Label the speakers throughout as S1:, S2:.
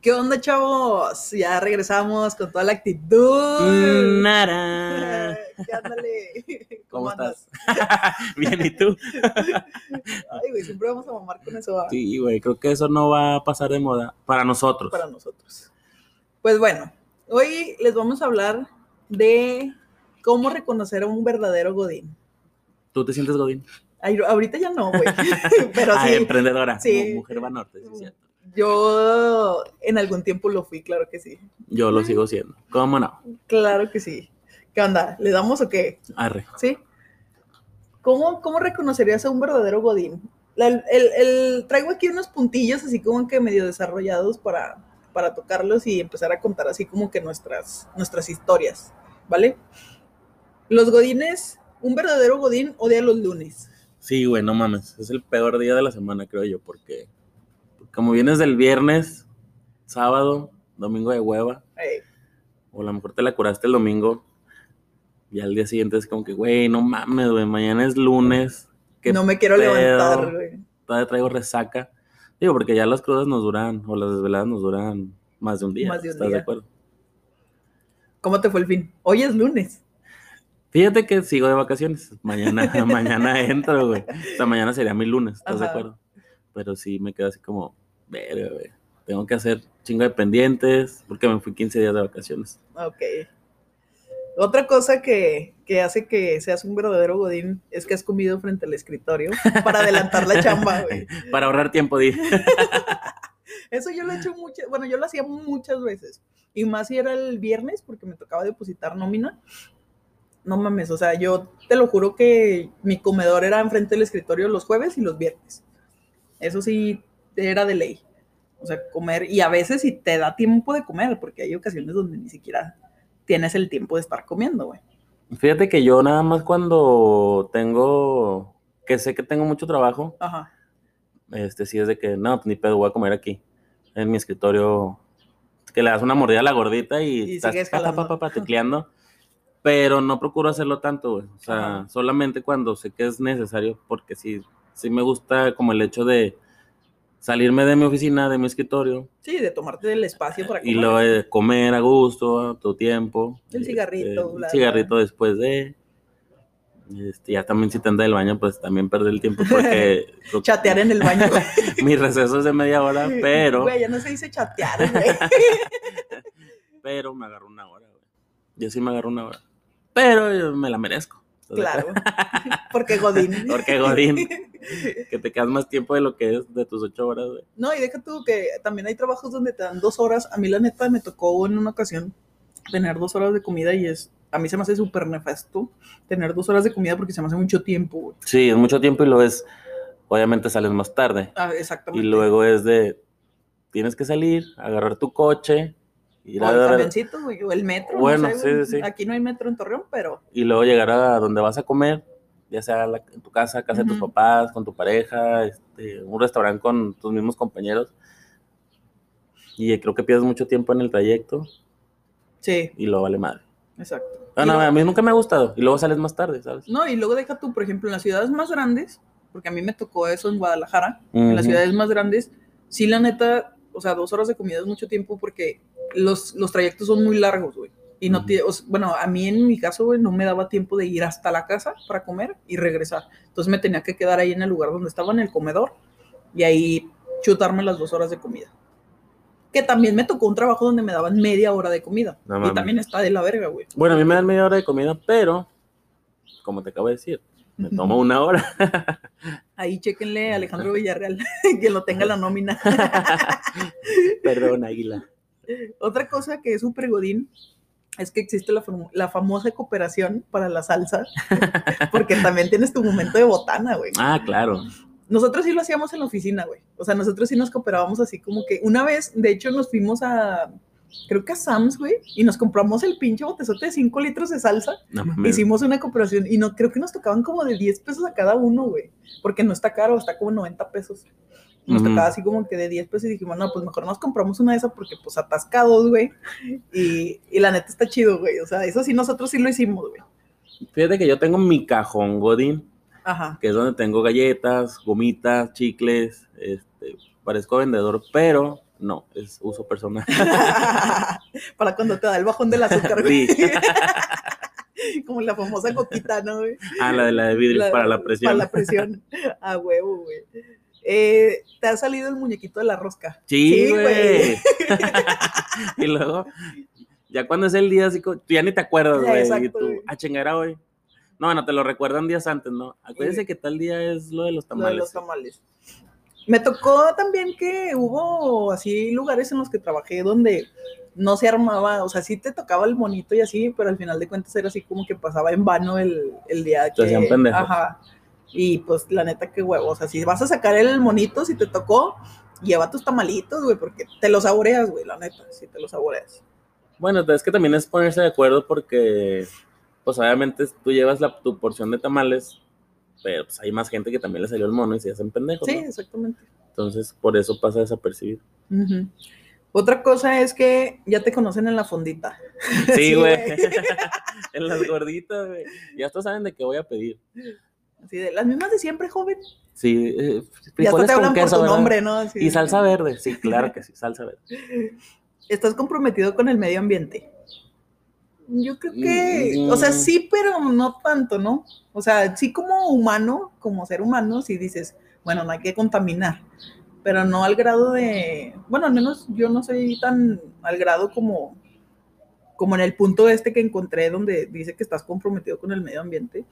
S1: ¿Qué onda, chavos? Ya regresamos con toda la actitud.
S2: Nara.
S1: ¿Qué ándale?
S2: Mm, ¿Cómo
S1: andas?
S2: estás? Bien, ¿y tú?
S1: Ay, güey, siempre vamos a mamar con eso ¿va?
S2: Sí, güey, creo que eso no va a pasar de moda para nosotros.
S1: para nosotros. Pues bueno, hoy les vamos a hablar de cómo reconocer a un verdadero Godín.
S2: ¿Tú te sientes Godín?
S1: Ay, ahorita ya no, güey. Pero
S2: Ah,
S1: sí,
S2: emprendedora,
S1: Sí.
S2: mu- mujer banorte, sí, cierto.
S1: yo en algún tiempo lo fui, claro que sí.
S2: Yo lo sigo siendo. ¿Cómo no?
S1: Claro que sí. ¿Qué onda? ¿Le damos o qué?
S2: Arre.
S1: ¿Sí? ¿Cómo, cómo reconocerías a un verdadero Godín? La- el, el- traigo aquí unos puntillos así como que medio desarrollados para, para tocarlos y empezar a contar así como que nuestras, nuestras historias, ¿vale? Los Godines, un verdadero Godín odia los lunes.
S2: Sí, güey, no mames. Es el peor día de la semana, creo yo, porque como vienes del viernes, sábado, domingo de hueva,
S1: Ey,
S2: o a lo mejor te la curaste el domingo, y al día siguiente es como que, güey, no mames, güey, mañana es lunes. ¿qué
S1: no me quiero
S2: pedo?
S1: levantar, güey.
S2: todavía traigo resaca. Digo, porque ya las crudas nos duran, o las desveladas nos duran más de un día.
S1: Más de un
S2: ¿Estás
S1: día.
S2: de acuerdo?
S1: ¿Cómo te fue el fin? Hoy es lunes.
S2: Fíjate que sigo de vacaciones. Mañana, mañana entro, güey. O sea, mañana sería mi lunes, ¿estás de
S1: Ajá.
S2: acuerdo? Pero sí me quedo así como, verga, güey. Tengo que hacer chingo de pendientes, porque me fui 15 días de vacaciones.
S1: Ok. Otra cosa que, que hace que seas un verdadero Godín es que has comido frente al escritorio para adelantar la chamba, güey.
S2: Para ahorrar tiempo, dije.
S1: Eso yo lo he hecho muchas, bueno, yo lo hacía muchas veces. Y más si era el viernes, porque me tocaba depositar nómina. No mames, o sea, yo te lo juro que mi comedor era enfrente del escritorio los jueves y los viernes. Eso sí, era de ley. O sea, comer, y a veces si te da tiempo de comer, porque hay ocasiones donde ni siquiera tienes el tiempo de estar comiendo, güey.
S2: Fíjate que yo nada más cuando tengo, que sé que tengo mucho trabajo,
S1: Ajá.
S2: este sí es de que no, ni pedo, voy a comer aquí en mi escritorio. Que le das una mordida a la gordita y,
S1: Y
S2: estás
S1: sigues
S2: pa, pa,
S1: jalando.
S2: pa, pa, pa, tecleando. Pero no procuro hacerlo tanto, güey. O sea,
S1: Ajá.
S2: solamente cuando sé que es necesario, porque sí, sí me gusta como el hecho de salirme de mi oficina, de mi escritorio,
S1: Sí, de tomarte el espacio para comer.
S2: y luego de comer a gusto, a tu tiempo.
S1: El cigarrito,
S2: este,
S1: bla,
S2: el cigarrito después de. Este, ya también si te anda del baño, pues también perder el tiempo porque creo que
S1: Chatear en el baño. güey.
S2: mi receso es de media hora, Ah, pero,
S1: Güey, ya no se dice chatear, güey.
S2: pero me agarro una hora, güey. Yo sí me agarro una hora. Pero yo me la merezco. ¿Estás de
S1: Claro. Porque Godín.
S2: Porque Godín. acuerdo? Que te quedas más tiempo de lo que es de tus ocho horas, güey.
S1: No, y deja tú que también hay trabajos donde te dan dos horas. A mí, la neta, me tocó en una ocasión tener dos horas de comida y es. A mí se me hace súper nefasto tener dos horas de comida porque se me hace mucho tiempo, güey.
S2: Sí, es mucho tiempo y lo es. Obviamente sales más tarde.
S1: Ah,
S2: Y
S1: exactamente.
S2: luego es de. Tienes que salir, agarrar tu coche, ir
S1: O
S2: a-
S1: el camioncito, güey, o el metro. no
S2: Bueno,
S1: sé,
S2: sí,
S1: güey.
S2: sí, sí.
S1: Aquí no hay metro en Torreón, pero.
S2: y luego llegar a donde vas a comer, ya sea la- en tu casa, casa de tus
S1: Ujú.
S2: papás, con tu pareja, este, un restaurante con tus mismos compañeros. Y eh, creo que pierdes mucho tiempo en el trayecto
S1: Sí,
S2: y lo vale madre.
S1: exacto.
S2: Ah,
S1: Y
S2: no,
S1: luego-
S2: a mí nunca me ha gustado. Y luego sales más tarde, ¿sabes?
S1: No, y luego deja tú, por ejemplo, en las ciudades más grandes, porque a mí me tocó eso en Guadalajara. en las
S2: Ujú.
S1: ciudades más grandes, sí, la neta, o sea, dos horas de comida es mucho tiempo porque los, los trayectos son muy largos, güey. Y no
S2: Ujú.
S1: tie- o sea, bueno, a mí en mi caso, güey, no me daba tiempo de ir hasta la casa para comer y regresar. Entonces me tenía que quedar ahí en el lugar donde estaba, en el comedor, y ahí chutarme las dos horas de comida. Que también me tocó un trabajo donde me daban media hora de comida.
S2: No
S1: y
S2: mames.
S1: también está de la verga, güey.
S2: Bueno, a mí me dan media hora de comida, pero, como te acabo de decir, me tomo una hora.
S1: Ahí chéquenle a Alejandro Villarreal, que lo tenga la nómina.
S2: Perdón, Águila.
S1: Otra cosa que es súper godín es que existe la, fam- la famosa cooperación para la salsa, porque también tienes tu momento de botana, güey.
S2: Ah, claro.
S1: Nosotros sí lo hacíamos en la oficina, güey. O sea, nosotros sí nos cooperábamos así como que una vez, de hecho, nos fuimos a, creo que a Sam's, güey, y nos compramos el pinche botezote de 5 litros de salsa.
S2: No mames.
S1: Hicimos una cooperación y no, creo que nos tocaban como de 10 pesos a cada uno, güey, porque no está caro, está como 90 pesos. Nos
S2: Ujú.
S1: tocaba así como que de 10 pesos y dijimos, no, pues mejor nos compramos una de esas porque pues atascados, güey. Y, y la neta está chido, güey. O sea, eso sí, nosotros sí lo hicimos, güey.
S2: Fíjate que yo tengo mi cajón Godín.
S1: Ajá.
S2: que es donde tengo galletas, gomitas, chicles, este, parezco vendedor, pero no, es uso personal.
S1: Para cuando te da el bajón del azúcar, güey.
S2: Sí.
S1: Como la famosa coquita, ¿no, güey?
S2: Ah, la de la de vidrio
S1: La-
S2: para la presión.
S1: Para la presión. A huevo, güey. Eh, te ha salido el muñequito de la rosca.
S2: Sí,
S1: Sí,
S2: güey.
S1: güey.
S2: y luego, ya cuando es el día, así, co- tú ya ni te acuerdas,
S1: Ya,
S2: güey. Y
S1: exacto,
S2: tú,
S1: güey.
S2: ah, chingada hoy. No, bueno, te lo recuerdan días antes, ¿no? Acuérdense que tal día es lo de los
S1: Lo de
S2: tamales.
S1: los tamales. Me tocó también que hubo así lugares en los que trabajé donde no se armaba, o sea, sí te tocaba el monito y así, pero al final de cuentas era así como que pasaba en vano el, el día que...
S2: hacían pendejos.
S1: Ajá. Y pues la neta, qué huevo, o sea, si vas a sacar el monito, si te tocó, lleva tus tamalitos, güey, porque te los saboreas, güey, la neta, si te los saboreas.
S2: Bueno, es que también es ponerse de acuerdo porque, pues obviamente tú llevas la- tu porción de tamales, pero pues hay más gente que también le salió el mono y se hacen pendejos.
S1: Sí,
S2: Pues ¿no?
S1: exactamente.
S2: Entonces, por eso pasa desapercibido.
S1: Ujú. Otra cosa es que ya te conocen en la fondita.
S2: Sí,
S1: Sí,
S2: güey.
S1: güey.
S2: en las gorditas, güey. Ya hasta saben de qué voy a pedir.
S1: Así de, las mismas de siempre, joven.
S2: Sí, eh,
S1: Ya hasta
S2: frijoles
S1: te
S2: con
S1: hablan por
S2: queso,
S1: tu
S2: ¿verdad?
S1: nombre, ¿no? Así
S2: Y
S1: de-
S2: salsa verde, sí, claro que sí, salsa verde.
S1: Estás comprometido con el medio ambiente. Yo creo que,
S2: Mm.
S1: o sea, sí, pero no tanto, ¿no? O sea, sí como humano, como ser humano, sí dices, bueno, no hay que contaminar, pero no al grado de, bueno, al menos yo no soy tan al grado como, como en el punto este que encontré donde dice que estás comprometido con el medio ambiente.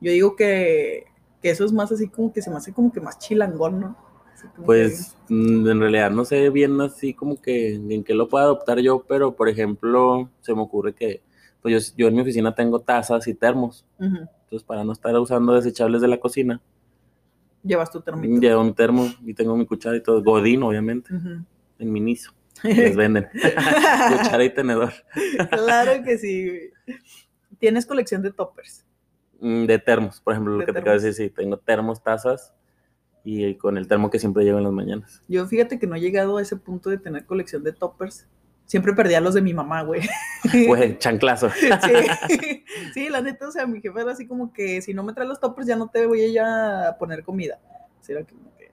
S1: Yo digo que, que eso es más así como que se me hace como que más chilangón, ¿no? Así como
S2: Pues mm, en realidad no sé bien así como que en qué lo pueda adoptar yo, pero por ejemplo, se me ocurre que pues yo, yo en mi oficina tengo tazas y termos.
S1: que, ujú,
S2: Entonces, para no estar usando desechables de la cocina,
S1: llevas tu termito.
S2: llevo mi termo y tengo mi cuchara y todo. Godín, obviamente,
S1: Ujú.
S2: en Miniso. Les venden cuchara y tenedor
S1: claro que sí. güey. Tienes colección de toppers.
S2: Mm, de termos. Por ejemplo, lo
S1: De
S2: que te acabo de
S1: termos.
S2: decir, sí, tengo termos, tazas y eh, con el termo que siempre llevo en las mañanas.
S1: Yo fíjate que no he llegado a ese punto de tener colección de toppers. Siempre perdía los de mi mamá, güey.
S2: Pues chanclazo.
S1: Sí. Sí, la neta, o sea, mi jefa era así como que si no me traes los toppers ya no te voy a ir a poner comida. Así era como que-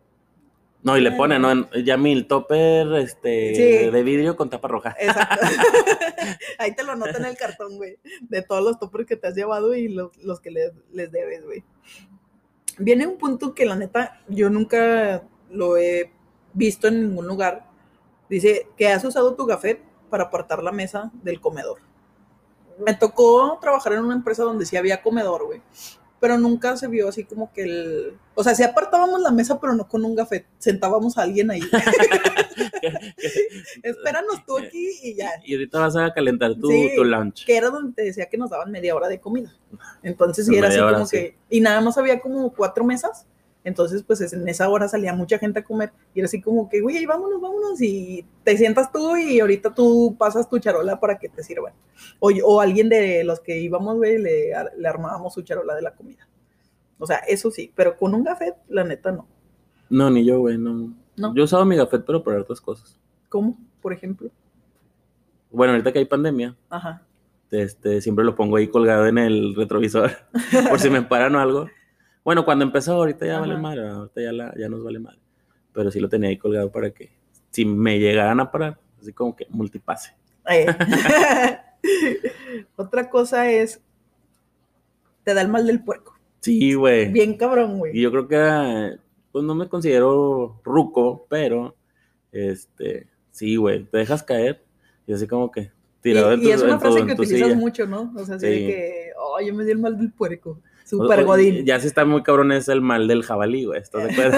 S2: No, y le pone, ¿no? En- Ya mi topper este,
S1: Sí.
S2: de vidrio con tapa roja.
S1: Exacto. Ahí te lo nota en el cartón, güey. De todos los toppers que te has llevado y lo- los que le- les debes, güey. Viene un punto que la neta yo nunca lo he visto en ningún lugar. Dice que has usado tu gafet para apartar la mesa del comedor. Me tocó trabajar en una empresa donde sí había comedor, güey. Pero nunca se vio así como que el... O sea, sí apartábamos la mesa, pero no con un gafet. Sentábamos a alguien ahí. Espéranos tú aquí y ya.
S2: Y ahorita vas a calentar tu,
S1: Sí.
S2: tu lunch.
S1: que era donde te decía que nos daban media hora de comida. Entonces, sí
S2: Media
S1: era así
S2: hora,
S1: como
S2: sí.
S1: que. Y nada más había como cuatro mesas. Entonces, pues es- en esa hora salía mucha gente a comer. Y era así como que, güey, vámonos, vámonos. Y te sientas tú y ahorita tú pasas tu charola para que te sirvan. O, o alguien de los que íbamos, güey, le, ar- le armábamos su charola de la comida. O sea, eso sí, pero con un café, la neta, no.
S2: No, ni yo, güey, no.
S1: No.
S2: Yo he usado mi gafet, pero para otras cosas.
S1: ¿Cómo? Por ejemplo.
S2: Bueno, ahorita que hay pandemia,
S1: Ajá.
S2: este, siempre lo pongo ahí colgado en el retrovisor, por si me paran o algo. Bueno, cuando empezó, ahorita ya vale
S1: Ajá.
S2: madre, ahorita ya, la- ya nos vale madre. Pero sí lo tenía ahí colgado para que, si me llegaran a parar, así como que multipase.
S1: Eh. Otra cosa es, te da el mal del puerco.
S2: Sí, güey.
S1: Bien cabrón,
S2: Y
S1: güey.
S2: yo creo que, eh, pues no me considero ruco, pero, este, sí, güey, te dejas caer y así como que
S1: Y,
S2: tirado en
S1: y
S2: tu,
S1: es una
S2: en tu-
S1: frase
S2: en
S1: que
S2: tu
S1: utilizas
S2: silla.
S1: mucho, ¿no? O sea, así
S2: Sí.
S1: de que, oh, yo me di el mal del puerco.
S2: O-
S1: Super
S2: o-
S1: godín.
S2: Ya si está muy cabrón es el mal del jabalí, güey, ¿estás de acuerdo?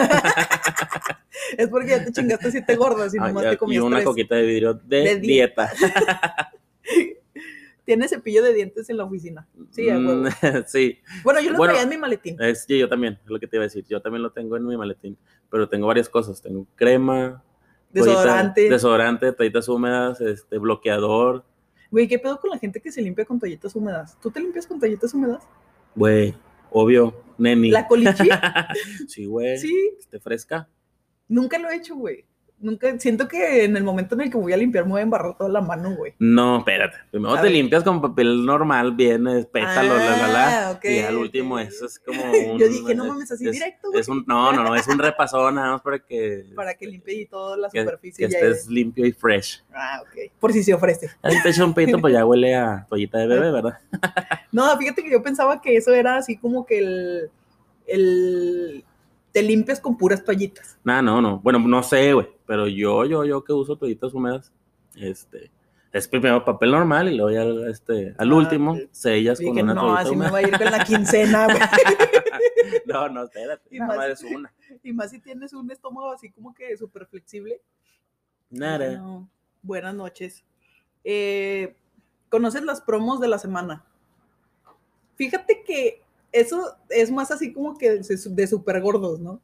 S1: Es porque ya te chingaste siete gordas y
S2: Ah,
S1: nomás
S2: ya,
S1: te
S2: y
S1: comías
S2: una
S1: tres.
S2: coquita de vidrio de,
S1: De
S2: dieta.
S1: dieta. Tienes cepillo de dientes en la oficina. Sí, a huevo.
S2: Mm, sí,
S1: Bueno, yo lo
S2: Bueno, eh,
S1: traía en mi maletín.
S2: es que yo también, es lo que te iba a decir. Yo también lo tengo en mi maletín, pero tengo varias cosas. Tengo crema, toallita-
S1: Desodorante.
S2: desodorante, toallitas húmedas, este, bloqueador.
S1: Güey, ¿qué pedo con la gente que se limpia con toallitas húmedas? ¿Tú te limpias con toallitas húmedas?
S2: Güey, obvio, neni.
S1: ¿La colichi?
S2: sí, güey,
S1: sí.
S2: esté fresca.
S1: Nunca lo he hecho, güey. Nunca, siento que en el momento en el que voy a limpiar me voy a embarrar toda la mano, güey.
S2: No, espérate. Primero
S1: A
S2: te
S1: ver.
S2: limpias con papel normal, bien, es pétalo, la, la, la.
S1: Ah, ok,
S2: y al
S1: ok.
S2: último, eso es como un.
S1: Yo dije, no mames, así
S2: es-
S1: directo, güey.
S2: Es un, no, no, no, es un repasón nada más para que,
S1: Para que limpie y toda la
S2: Este, que-
S1: superficie.
S2: que
S1: ya
S2: estés limpio y fresh.
S1: Ah, ok. Por si se ofrece.
S2: Así te echa un peito, pues ya huele a toallita de bebé, ¿verdad?
S1: No, fíjate que yo pensaba que eso era así como que el. el te limpias con puras toallitas.
S2: Nah, no, no. Bueno, no sé, güey. Pero yo, yo, yo que uso toallitas húmedas, este. Es primero papel normal y luego ya este, al
S1: Ah,
S2: último
S1: ok.
S2: sellas
S1: Dije,
S2: con una
S1: no,
S2: toallita
S1: así me
S2: húmeda.
S1: va a ir con la quincena, güey.
S2: No, no, espérate.
S1: Y
S2: Nada
S1: más-
S2: más es una.
S1: Y más si tienes un estómago así como que súper flexible.
S2: Nada.
S1: No. Buenas noches. Eh, ¿Conoces las promos de la semana? Fíjate que eso es más así como que de su- de súper gordos, ¿no?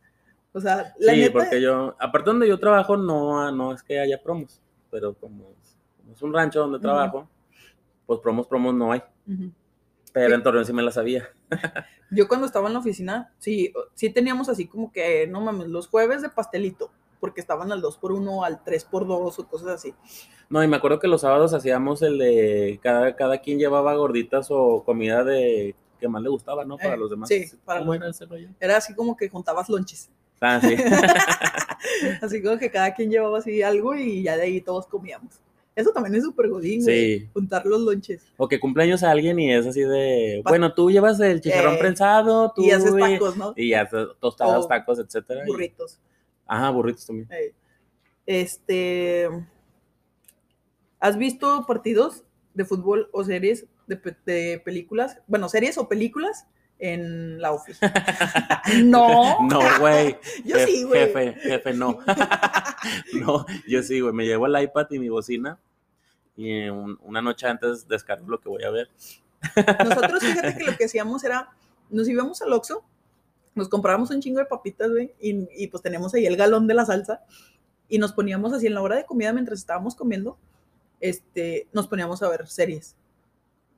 S1: O sea, la
S2: sí,
S1: neta,
S2: porque yo, aparte donde yo trabajo, no, no es que haya promos, pero como es, como es un rancho donde
S1: Ujú.
S2: trabajo, pues promos, promos no hay.
S1: Ujú.
S2: Pero en Torreón sí me la sabía.
S1: yo cuando estaba en la oficina, sí, o- sí teníamos así como que, no mames, los jueves de pastelito, porque estaban al 2x1, al 3x2 o cosas así.
S2: No, y me acuerdo que los sábados hacíamos el de cada, cada quien llevaba gorditas o comida de que más le gustaba, ¿no? Para
S1: Eh,
S2: los demás.
S1: sí, para
S2: ¿Cómo
S1: los-
S2: era ese rollo?
S1: Era así como que juntabas lonches.
S2: Ah, sí.
S1: Así como que cada quien llevaba así algo y ya de ahí todos comíamos. Eso también es súper godín, güey,
S2: sí.
S1: Juntar los lonches.
S2: O que cumpleaños a alguien y es así de,
S1: Pa-
S2: bueno, tú llevas el chicharrón
S1: Eh,
S2: prensado, tú
S1: Y haces
S2: eh,
S1: tacos, ¿no?
S2: y haces tostadas,
S1: O
S2: tacos, etcétera. y-
S1: Burritos.
S2: Ajá, burritos también.
S1: eh. Este. ¿Has visto partidos de fútbol o series de, pe- de películas? Bueno, series o películas en la office. no,
S2: No, güey.
S1: yo
S2: Jef-
S1: sí, güey.
S2: Jefe, jefe, no. no, yo sí, güey. Me llevo el iPad y mi bocina. Y eh, un- una noche antes descargo lo que voy a ver.
S1: Nosotros, fíjate que lo que hacíamos era, nos íbamos al Oxxo, nos comprábamos un chingo de papitas, güey, y, y pues teníamos ahí el galón de la salsa, y nos poníamos así en la hora de comida mientras estábamos comiendo, este, nos poníamos a ver series.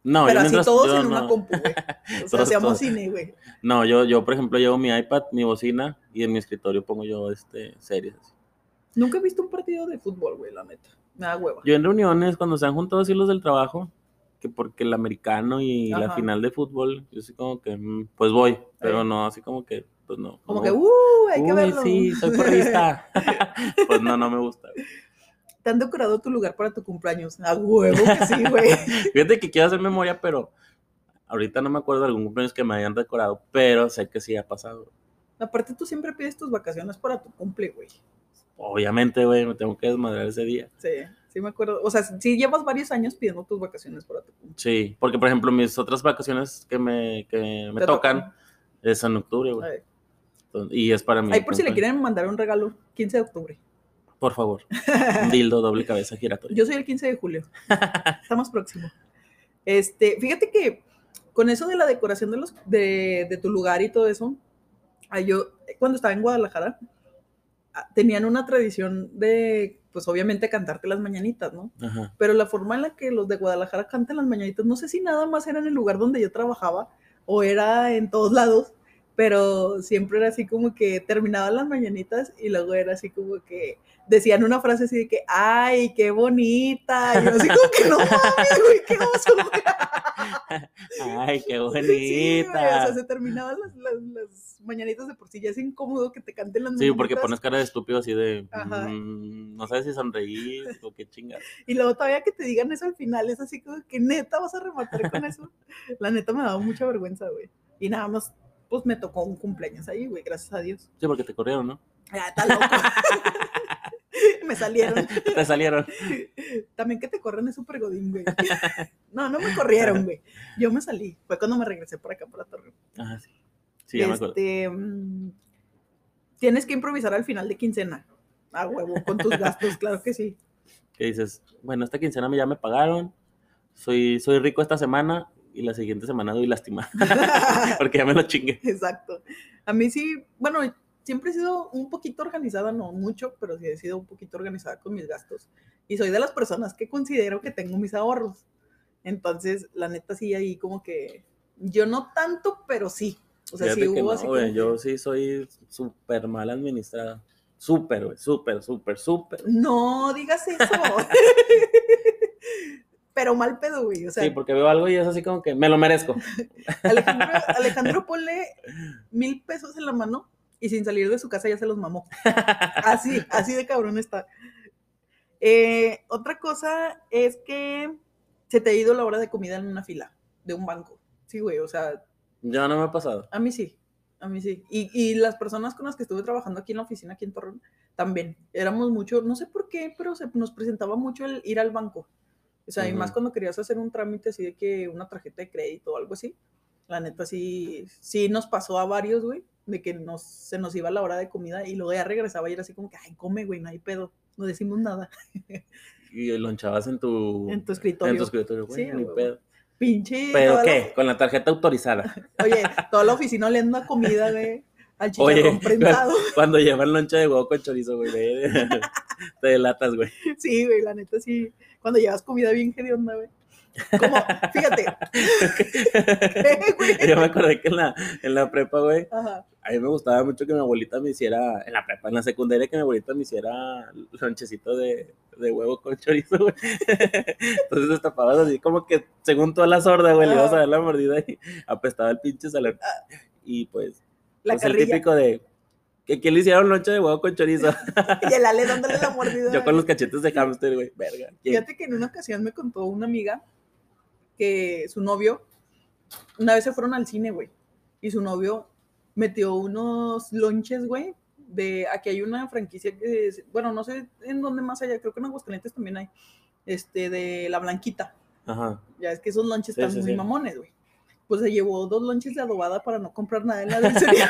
S2: No, yo
S1: Pero así
S2: mientras-
S1: todos
S2: yo
S1: en una
S2: no.
S1: compu, güey. O sea,
S2: Todos,
S1: hacíamos
S2: todos.
S1: cine, güey.
S2: No, yo, yo, por ejemplo, llevo mi iPad, mi bocina y en mi escritorio pongo yo este, series.
S1: Nunca he visto un partido de fútbol, güey, la neta. Me da hueva.
S2: Yo en reuniones, cuando se han juntado así los del trabajo, que porque el americano y la
S1: Ajá.
S2: final de fútbol, yo así como que, mm, pues voy, pero
S1: Eh.
S2: no, así como que, pues no.
S1: Como
S2: no.
S1: que, uh, hay que
S2: Uy,
S1: verlo.
S2: sí, soy porrista. pues no, no me gusta.
S1: Te han decorado tu lugar para tu cumpleaños. A huevo que sí, güey.
S2: Fíjate que quiero hacer memoria, pero ahorita no me acuerdo de algún cumpleaños que me hayan decorado, pero sé que sí ha pasado.
S1: Aparte, tú siempre pides tus vacaciones para tu cumple, güey.
S2: Obviamente, güey, me tengo que desmadrar ese día.
S1: Sí, sí me acuerdo. O sea, sí llevas varios años pidiendo tus vacaciones para tu cumple.
S2: Sí, porque por ejemplo, mis otras vacaciones que me, que me
S1: Te
S2: tocan es en octubre, güey.
S1: Ay,
S2: Entonces, Y es para mí.
S1: Ahí por si le quieren mandar un regalo, 15 de octubre.
S2: Por favor. Un dildo doble cabeza giratorio.
S1: Yo soy el 15 de julio. Está más próximo. Este, fíjate que con eso de la decoración de, los, de, de tu lugar y todo eso, ah, yo cuando estaba en Guadalajara, ah, tenían una tradición de, pues obviamente, cantarte las mañanitas, ¿no?
S2: Ajá.
S1: pero la forma en la que los de Guadalajara cantan las mañanitas, no sé si nada más era en el lugar donde yo trabajaba o era en todos lados, pero siempre era así como que terminaban las mañanitas y luego era así como que decían una frase así de que, ay, qué bonita, y yo así como que no mames, güey, qué oso, güey".
S2: Ay, qué
S1: Sí, güey, o
S2: bonita.
S1: sea, se terminaban las, las- las mañanitas de por sí, ya es incómodo que te canten las
S2: Sí,
S1: mañanitas.
S2: porque pones cara de estúpido así de.
S1: Ajá.
S2: mm, no sabes si sonreír o qué chingas.
S1: Y luego todavía que te digan eso al final, es así como que neta vas a rematar con eso. La neta me daba mucha vergüenza, güey. Y nada más, pues me tocó un cumpleaños ahí, güey, gracias a Dios.
S2: Sí, porque te corrieron, ¿no?
S1: Ah, está loco. me salieron.
S2: Te salieron.
S1: También que te corren es súper godín, güey. no, no me corrieron, güey. Yo me salí. Fue cuando me regresé por acá, para Torreón.
S2: Ajá, sí. Sí, ya me acuerdo.
S1: Este, mm, tienes que improvisar al final de quincena. A huevo, con tus gastos, claro que sí.
S2: que dices, bueno, esta quincena ya me pagaron, soy, soy rico esta semana y la siguiente semana doy lástima, porque ya me lo chingué.
S1: Exacto. A mí sí, bueno, siempre he sido un poquito organizada, no mucho, pero sí he sido un poquito organizada con mis gastos. Y soy de las personas que considero que tengo mis ahorros. Entonces, la neta sí, ahí como que yo no tanto, pero sí. O sea,
S2: Fíjate
S1: sí
S2: que
S1: hubo
S2: no,
S1: así.
S2: güey,
S1: como
S2: yo sí soy súper mal administrada. Súper, güey, súper, súper, súper.
S1: No digas eso. Pero mal pedo, güey. O sea,
S2: sí, porque veo algo y es así como que me lo merezco.
S1: Alejandro, Alejandro ponle mil pesos en la mano y sin salir de su casa ya se los mamó. Así, así de cabrón está. Eh, otra cosa es que se te ha ido la hora de comida en una fila de un banco. Sí, güey, o sea,
S2: Ya no me ha pasado.
S1: a mí sí, a mí sí. Y, y las personas con las que estuve trabajando aquí en la oficina, aquí en Torreón, también. Éramos mucho, no sé por qué, pero se nos presentaba mucho el ir al banco. O sea, y
S2: Ujú.
S1: más cuando querías hacer un trámite así de que una tarjeta de crédito o algo así. La neta sí, sí nos pasó a varios, güey, de que nos, se nos iba la hora de comida y luego ya regresaba y era así como que, ay, come, güey, no hay pedo, no decimos nada
S2: Y lonchabas en tu,
S1: en tu escritorio.
S2: en tu escritorio, güey,
S1: Sí,
S2: ni
S1: güey.
S2: pedo.
S1: Pinche.
S2: ¿Pero
S1: toda la-
S2: qué? Con la tarjeta autorizada.
S1: Oye, toda la oficina oliendo a comida, güey. Al
S2: Oye,
S1: chicharrón prensado.
S2: Cuando llevan loncha de huevo con chorizo, güey, de- te delatas, güey.
S1: Sí, güey, la neta sí. Cuando llevas comida bien hedionda, güey. Como, fíjate. ¿Qué, güey?
S2: Yo me acordé que en la, en la prepa, güey,
S1: Ajá.
S2: a mí me gustaba mucho que mi abuelita me hiciera, en la prepa, en la secundaria, que mi abuelita me hiciera lonchecito de, de huevo con chorizo, güey. Entonces destapabas así como que, según toda la sorda, güey, le ibas
S1: Ah.
S2: a dar la mordida y apestaba el pinche salón. Y pues,
S1: La
S2: pues el
S1: carrilla.
S2: típico de, que quién le hicieron loncha de huevo con chorizo?
S1: Y el ale dándole la mordida.
S2: Yo con los cachetes de hámster, güey, verga. ¿quién?
S1: Fíjate que en una ocasión me contó una amiga que su novio, una vez se fueron al cine, güey, y su novio metió unos lonches, güey, de aquí hay una franquicia que, es- bueno, no sé en dónde más allá, creo que en Aguascalientes también hay, este, de La Blanquita.
S2: Ajá.
S1: Ya es que esos lonches
S2: Sí,
S1: están
S2: sí,
S1: muy
S2: sí.
S1: mamones, güey. Pues se llevó dos lonches de adobada para no comprar nada en la dulcería.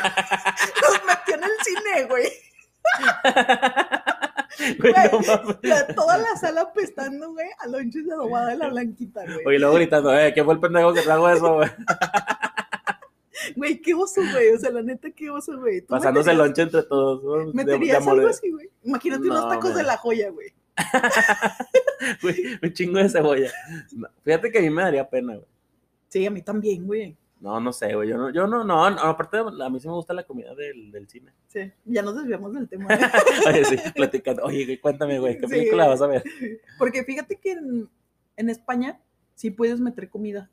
S1: Los metió en el cine, güey.
S2: Güey, no
S1: Güey.
S2: mames.
S1: La- toda la sala apestando, güey, a lonches de adobada de la blanquita, güey.
S2: Oye, luego gritando, eh, ¿qué fue el pendejo que trajo eso, güey?
S1: Güey, qué oso, güey. O sea, la neta, qué oso, güey. ¿Tú
S2: Pasándose el
S1: meterías-
S2: lonche entre todos. ¿no? De- de
S1: ¿Meterías
S2: amor,
S1: algo
S2: güey.
S1: así, güey? Imagínate unos
S2: No,
S1: tacos de
S2: güey.
S1: la joya, güey.
S2: Güey, un chingo de cebolla. No, fíjate que a mí me daría pena, güey.
S1: Sí, a mí también, güey.
S2: No, no sé, güey. Yo no, yo no, no, no, aparte a mí sí me gusta la comida del, del cine.
S1: Sí, ya nos desviamos del tema. güey.
S2: Oye, sí, platicando. Oye, güey, cuéntame, güey, ¿qué
S1: Sí.
S2: película vas a ver?
S1: Porque fíjate que en, en España sí puedes meter comida.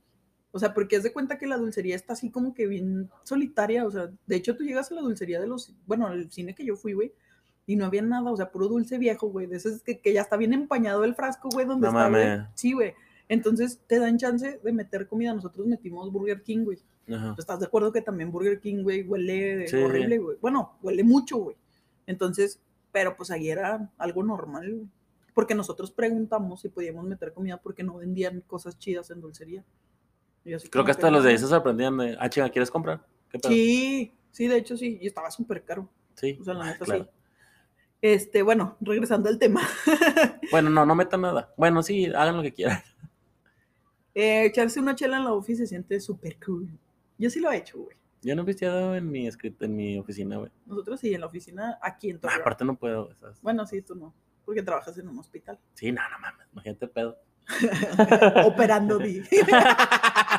S1: O sea, porque haz de cuenta que la dulcería está así como que bien solitaria. O sea, de hecho tú llegas a la dulcería de los, bueno, al cine que yo fui, güey, y no había nada. O sea, puro dulce viejo, güey. De esos que, que ya está bien empañado el frasco, güey, donde
S2: No
S1: está, güey.
S2: mames.
S1: Sí, güey. Entonces te dan chance de meter comida. Nosotros metimos Burger King, güey.
S2: Ajá.
S1: ¿Tú ¿Estás de acuerdo que también Burger King, güey, huele
S2: Sí.
S1: horrible, güey? Bueno, huele mucho, güey. Entonces, pero pues ahí era algo normal, güey. Porque nosotros preguntamos si podíamos meter comida porque no vendían cosas chidas en dulcería. Y yo así
S2: Creo
S1: como
S2: que hasta los
S1: no.
S2: de ahí se sorprendían de, ah, chinga, ¿quieres comprar? ¿Qué pedo?
S1: Sí, sí, de hecho sí. Y estaba súper caro.
S2: Sí.
S1: O sea, la
S2: Ah,
S1: neta
S2: claro.
S1: sí. Este, bueno, regresando al tema.
S2: Bueno, no, no metan nada. Bueno, sí, hagan lo que quieran.
S1: Eh, echarse una chela en la office se siente súper cool. Yo sí lo he hecho, güey.
S2: Yo no he pisteado en mi, escrit- en mi oficina, güey.
S1: Nosotros sí, en la oficina, aquí en
S2: No,
S1: Torreón.
S2: Ah, aparte no puedo. ¿sabes?
S1: Bueno, sí, tú no. Porque trabajas en un hospital.
S2: Sí, no, no mames, imagínate el pedo.
S1: operando di.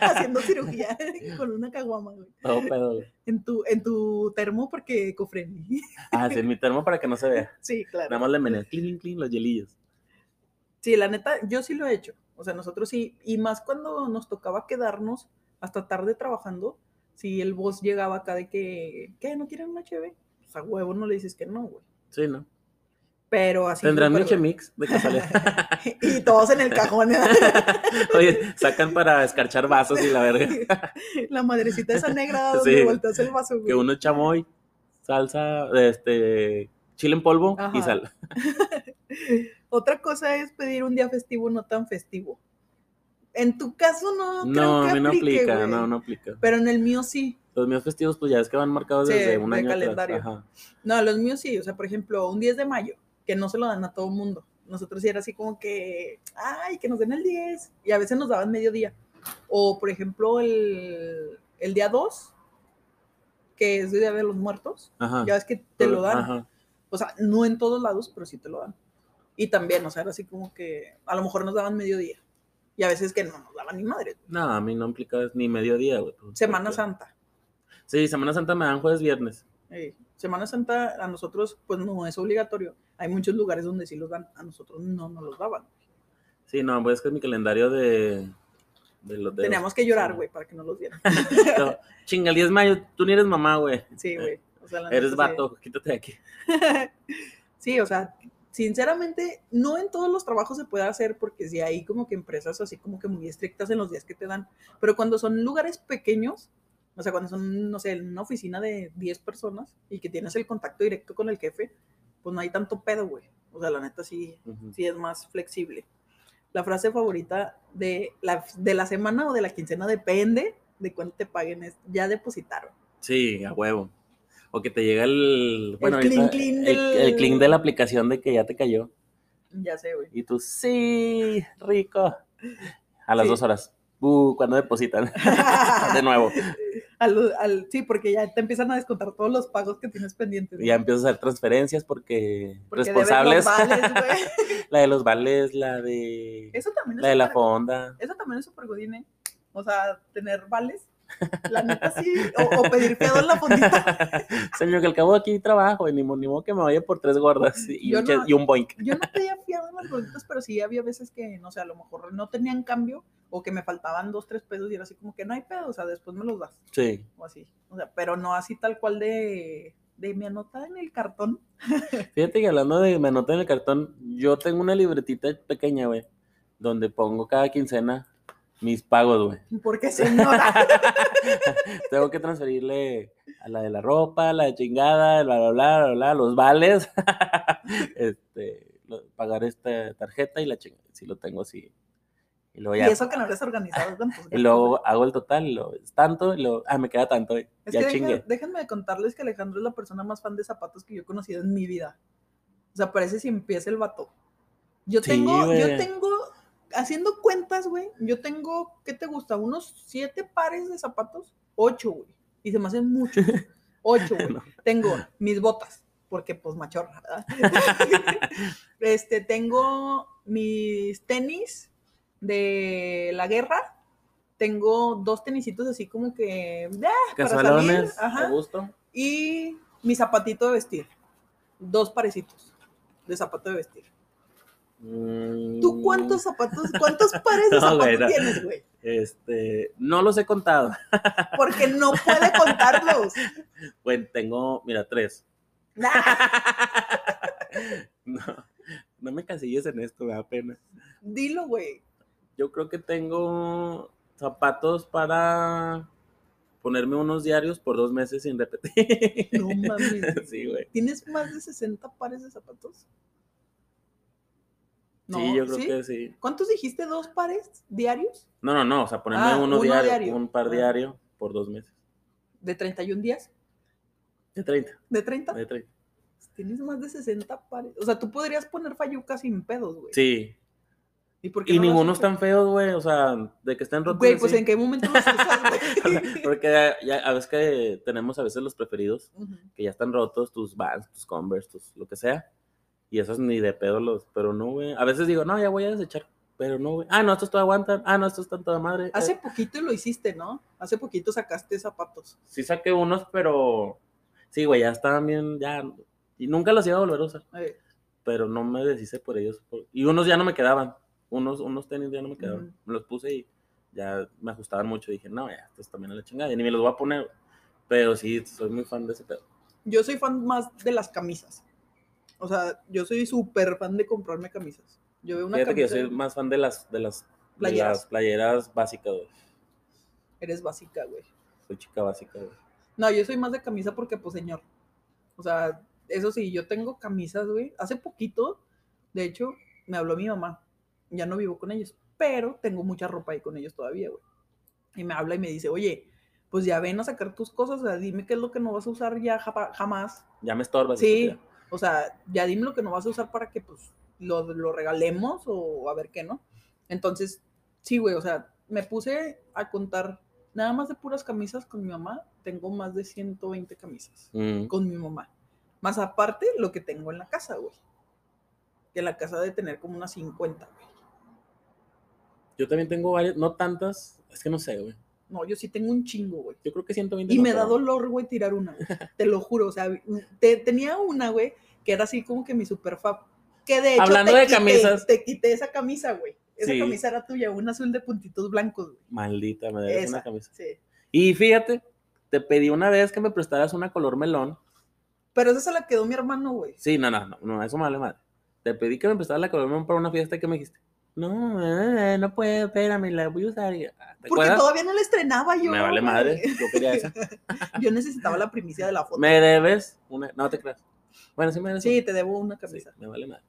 S1: haciendo cirugía con una caguama güey.
S2: Todo pedo, güey.
S1: en tu en tu termo porque ecofriendly
S2: Ah, sí, en mi termo para que no se vea.
S1: sí claro
S2: Nada más le menea clean, clean, clean, los hielillos.
S1: sí la neta yo sí lo he hecho o sea nosotros sí y más cuando nos tocaba quedarnos hasta tarde trabajando si el boss llegaba acá de que qué no quieren una cheve o sea Pues, huevo no le dices que no güey
S2: Sí, ¿no?
S1: pero así
S2: Tendrán
S1: súper,
S2: mucho
S1: güey.
S2: mix de casualidad.
S1: y todos en el cajón ¿eh?
S2: Oye, sacan para escarchar vasos y la verga.
S1: la madrecita esa negra donde
S2: Sí.
S1: volteas el vaso güey.
S2: Que uno es chamoy, salsa, este, chile en polvo
S1: Ajá.
S2: y sal.
S1: Otra cosa es pedir un día festivo no tan festivo. En tu caso no,
S2: No,
S1: creo
S2: a
S1: que
S2: mí no
S1: aplique,
S2: aplica,
S1: güey.
S2: no, no aplica.
S1: Pero en el mío sí.
S2: Los míos festivos, pues ya es que van marcados
S1: Sí,
S2: desde un
S1: de
S2: año atrás.
S1: calendario.
S2: Ajá.
S1: No, los míos sí. O sea, por ejemplo, un 10 de mayo, que no se lo dan a todo el mundo. Nosotros sí era así como que, ay, que nos den el 10. Y a veces nos daban mediodía. O, por ejemplo, el, el día 2, que es el Día de los Muertos.
S2: Ajá.
S1: Ya ves que te lo dan.
S2: Ah. Ajá.
S1: O sea, no en todos lados, pero sí te lo dan. Y también, o sea, era así como que a lo mejor nos daban mediodía. Y a veces que no nos daban ni madre.
S2: No, a mí no aplica ni mediodía, güey. Pues,
S1: Semana
S2: Porque-
S1: Santa.
S2: Sí, Semana Santa me dan jueves, viernes.
S1: eh, Semana Santa a nosotros, pues no es obligatorio. Hay muchos lugares donde sí los dan, a nosotros no nos los daban.
S2: Sí, no, pues es que mi calendario de. de los de
S1: Teníamos que llorar, güey, para que no los dieran.
S2: No, chinga, el 10 de mayo, tú ni eres mamá, güey.
S1: Sí, güey. O sea, la
S2: Eres
S1: neta, sí.
S2: vato, quítate de aquí.
S1: Sí, o sea, sinceramente, no en todos los trabajos se puede hacer porque si hay como que empresas así como que muy estrictas en los días que te dan, pero cuando son lugares pequeños, o sea, cuando son, no sé, una oficina de 10 personas y que tienes el contacto directo con el jefe, pues no hay tanto pedo, güey. O sea, la neta sí,
S2: Ujú.
S1: sí es más flexible. La frase favorita de la, de la semana o de la quincena depende de cuánto te paguen, es ya depositaron.
S2: Sí, a huevo. O que te llega el. Bueno,
S1: clean,
S2: ahorita,
S1: clean
S2: el,
S1: del-
S2: el clean de la aplicación de que ya te cayó.
S1: Ya sé, güey.
S2: Y tú, sí, rico. A las
S1: Sí.
S2: dos horas. Uh, cuando depositan. de nuevo.
S1: Al- al- sí, porque ya te empiezan a descontar todos los pagos que tienes pendientes.
S2: Y ya empiezas a hacer transferencias porque,
S1: Porque debes los
S2: responsables.
S1: vales, güey.
S2: la de los vales, la de.
S1: Eso también es
S2: La de la
S1: súper-
S2: fonda.
S1: Eso también es súper godín, ¿eh? O sea, tener vales. La neta sí. O, o pedir fiado en la fondita.
S2: Señor, que al cabo aquí trabajo y ni, mo- ni modo que me vaya por tres gordas y,
S1: Yo
S2: un, che-
S1: no-
S2: y un boink.
S1: Yo no pedía fiado en las fonditas, pero sí había veces que, no sé, a lo mejor no tenían cambio o que me faltaban dos, tres pesos y era así como que no hay pedo, o sea, después me los das.
S2: Sí.
S1: O así. O sea, pero no así tal cual de, de me anota en el cartón.
S2: Fíjate que hablando de me anoté en el cartón, yo tengo una libretita pequeña, güey, donde pongo cada quincena mis pagos, güey.
S1: Porque señora.
S2: Tengo que transferirle a la de la ropa, la de chingada, bla, bla, bla, bla, bla, los vales, este, lo- pagar esta tarjeta y la chingada, si lo tengo así. Y luego
S1: Y
S2: ya,
S1: eso que no Pues, eres organizado con tus
S2: y luego hago el total, y luego es tanto, y luego, ah, me queda tanto, y
S1: Es
S2: ya
S1: que deja-
S2: chingue.
S1: déjenme de contarles que Alejandro es la persona más fan de zapatos que yo he conocido en mi vida. O sea, parece si empieza el vato. Yo
S2: Sí,
S1: tengo, yo
S2: güey.
S1: tengo, haciendo cuentas, güey, yo tengo, ¿qué te gusta? Unos siete pares de zapatos, ocho, güey. Y se me hacen muchos. Ocho, güey.
S2: No.
S1: Tengo mis botas, porque pues machorra, ¿verdad? este, tengo mis tenis de la guerra. Tengo dos tenisitos así como que de para salir,
S2: Casualones,
S1: ajá.
S2: a gusto.
S1: y mi zapatito de vestir. Dos parecitos de zapato de vestir. ¿Tú
S2: Mm,
S1: cuántos zapatos, cuántos pares de
S2: No,
S1: zapatos
S2: güey, no.
S1: tienes, güey?
S2: Este, no los he contado.
S1: Porque no puede contarlos.
S2: Bueno, tengo, mira, tres.
S1: Nah,
S2: No, no me casilles en esto, me da pena.
S1: dilo, güey.
S2: Yo creo que tengo zapatos para ponerme unos diarios por dos meses sin repetir.
S1: No mames.
S2: Sí, güey.
S1: ¿Tienes más de 60 pares de zapatos? No,
S2: sí, yo creo
S1: ¿sí?
S2: que sí.
S1: ¿Cuántos dijiste? ¿Dos pares diarios?
S2: No, no, no, o sea, ponerme
S1: Ah,
S2: uno,
S1: uno
S2: diario,
S1: diario.
S2: un par
S1: Ah.
S2: diario por dos meses.
S1: ¿De 31 días?
S2: De 30,
S1: ¿De 30?
S2: de 30.
S1: Tienes más de 60 pares. O sea, tú podrías poner fayuca sin pedos, güey.
S2: Sí.
S1: ¿Y, por qué
S2: Y
S1: no lo has
S2: ninguno
S1: hecho?
S2: están feos, güey, o sea, de que estén rotos.
S1: Güey, pues
S2: así.
S1: en qué momento los usas, güey.
S2: Porque ya, ya- a veces que tenemos a veces los preferidos
S1: Ujú.
S2: que ya están rotos, tus Vans, tus Converse, tus lo que sea. Y esos ni de pedo los, pero no, güey. A veces digo, no, ya voy a desechar, pero no, güey. Ah, no, estos todavía aguantan. Ah, no, estos están toda madre. Eh,
S1: Hace poquito lo hiciste, ¿no? Hace poquito sacaste zapatos.
S2: sí saqué unos, pero sí, güey, ya estaban bien, ya. Y nunca los iba a volver a usar,
S1: Eh,
S2: pero no me deshice por ellos. por- Y unos ya no me quedaban. Unos, unos tenis ya no me quedaban.
S1: Ujú.
S2: Me los puse y ya me ajustaban mucho. dije, no, ya, estos también a la chingada. Y ni me los voy a poner. Pero sí, soy muy fan de ese pedo.
S1: Yo soy fan más de las camisas. O sea, yo soy súper fan de comprarme camisas. Yo veo una
S2: Fíjate que yo
S1: camisa.
S2: soy más fan de las, de las, de
S1: Playeras.
S2: las playeras básicas, güey.
S1: Eres básica, güey.
S2: Soy chica básica, güey.
S1: No, yo soy más de camisa porque, pues, señor. O sea, eso sí, yo tengo camisas, güey. Hace poquito, de hecho, me habló mi mamá. Ya no vivo con ellos, pero tengo mucha ropa ahí con ellos todavía, güey. Y me habla y me dice, oye, pues ya ven a sacar tus cosas, o sea, dime qué es lo que no vas a usar ya japa- jamás.
S2: Ya me estorbas.
S1: Sí,
S2: estúpida.
S1: o sea, ya dime lo que no vas a usar para que pues lo, lo regalemos o a ver qué, ¿no? Entonces, sí, güey, o sea, me puse a contar nada más de puras camisas con mi mamá, tengo más de 120 camisas
S2: Mm.
S1: con mi mamá. Más aparte lo que tengo en la casa, güey. Que en la casa de tener como unas 50, güey.
S2: Yo también tengo varias, no tantas, es que no sé, güey.
S1: No, yo sí tengo un chingo, güey.
S2: Yo creo que 120.
S1: Y
S2: no,
S1: me da
S2: pero-
S1: dolor, güey, tirar una. güey. Te lo juro. O sea, te- tenía una, güey, que era así como que mi super fab. Que de hecho.
S2: Hablando
S1: te
S2: de
S1: quité-
S2: camisas.
S1: Te quité esa camisa, güey. Esa
S2: Sí.
S1: camisa era tuya, un azul de puntitos blancos, güey.
S2: Maldita, me debes
S1: Esa.
S2: una camisa.
S1: Sí.
S2: Y fíjate, te pedí una vez que me prestaras una color melón.
S1: Pero esa se la quedó mi hermano, güey.
S2: Sí, no, no, no, no, eso me vale madre. Te pedí que me prestaras la color melón para una fiesta que me dijiste. No, eh, no puedo, espérame, la voy a usar. Y- ah, ¿Te
S1: Porque
S2: acuerdas?
S1: todavía no la estrenaba yo.
S2: me vale
S1: güey.
S2: madre, yo quería esa.
S1: Yo necesitaba la primicia de la foto.
S2: Me debes una, no te creas. Bueno, sí me debes
S1: Sí, te debo una
S2: una. Sí,
S1: camisa.
S2: me vale madre.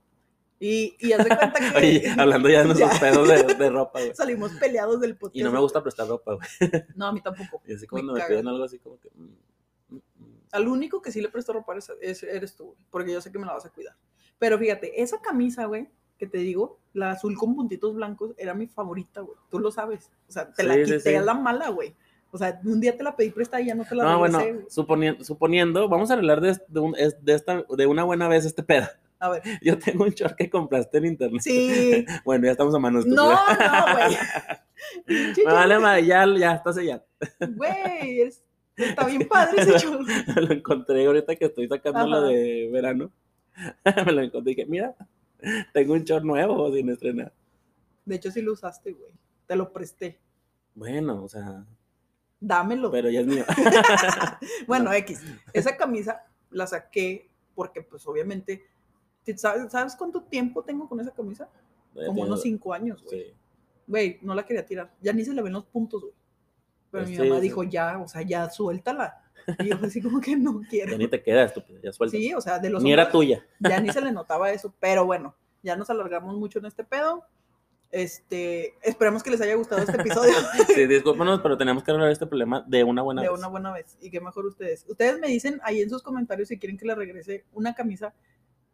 S1: Y, y haz de cuenta que
S2: Oye, hablando ya de nuestros
S1: Ya.
S2: pedos de, de ropa, güey.
S1: salimos peleados del podcast.
S2: Y no me gusta prestar ropa, güey.
S1: No, a mí tampoco.
S2: Y así
S1: Me
S2: cuando me,
S1: caga.
S2: piden algo así como que. mm, mm, mm.
S1: Al único que sí le presto ropa es- es- eres tú, güey, porque yo sé que me la vas a cuidar. Pero fíjate, esa camisa, güey, que te digo, la azul con puntitos blancos, era mi favorita, güey. Tú lo sabes. O sea, te la
S2: Sí, sí,
S1: quité
S2: sí.
S1: a la mala, güey. O sea, un día te la pedí prestada y ya no te la
S2: No, bueno,
S1: regresé, güey.
S2: suponiendo, suponiendo, vamos a hablar de, de, un- es- de esta, de una buena vez este pedo.
S1: A ver.
S2: Yo tengo un short que compraste en internet.
S1: Sí.
S2: Bueno, ya estamos a manos.
S1: No,
S2: estúpida.
S1: no, güey. Chichi,
S2: Me vale madre, ya, ya está sellado.
S1: Güey, es- está bien padre ese chorro.
S2: Lo encontré ahorita que estoy sacando la
S1: Ajá.
S2: de verano. Me lo encontré y dije, mira, tengo un short nuevo sin estrenar.
S1: De hecho, sí lo usaste, güey. Te lo presté.
S2: Bueno, o sea,
S1: Dámelo.
S2: pero ya es mío.
S1: Bueno,
S2: No.
S1: X. Esa camisa la saqué porque, pues, obviamente, ¿te- ¿sabes, sabes cuánto tiempo tengo con esa camisa? Como unos cinco años, güey.
S2: Sí.
S1: Güey, no la quería tirar. Ya ni se le ven los puntos, güey. Pero
S2: Pues
S1: mi
S2: sí,
S1: mamá
S2: sí.
S1: dijo, ya, o sea, ya suéltala. Y yo así como que no quiero.
S2: Ya ni te queda, estúpido, ya suelta.
S1: Sí, o sea, de los
S2: ni era
S1: hombres
S2: tuya.
S1: ya ni se le notaba eso. Pero bueno, ya nos alargamos mucho en este pedo. Este, esperemos que les haya gustado este episodio.
S2: Sí, discúlpanos, pero tenemos que hablar de este problema de una buena
S1: de
S2: vez.
S1: una buena vez. Y qué mejor ustedes. Ustedes me dicen ahí en sus comentarios si quieren que le regrese una camisa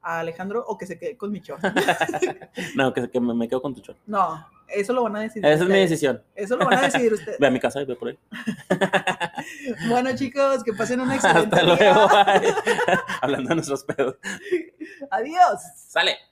S1: a Alejandro o que se quede con mi short.
S2: No, que, que me, me quedo con tu short.
S1: No, eso lo van a decidir.
S2: Esa es mi
S1: ustedes.
S2: decisión.
S1: Eso lo van a decidir ustedes.
S2: Ve a mi casa y ve por él.
S1: bueno, chicos, que pasen una excelente
S2: Hasta
S1: día.
S2: luego. bye. Hablando de nuestros pedos.
S1: Adiós.
S2: Sale.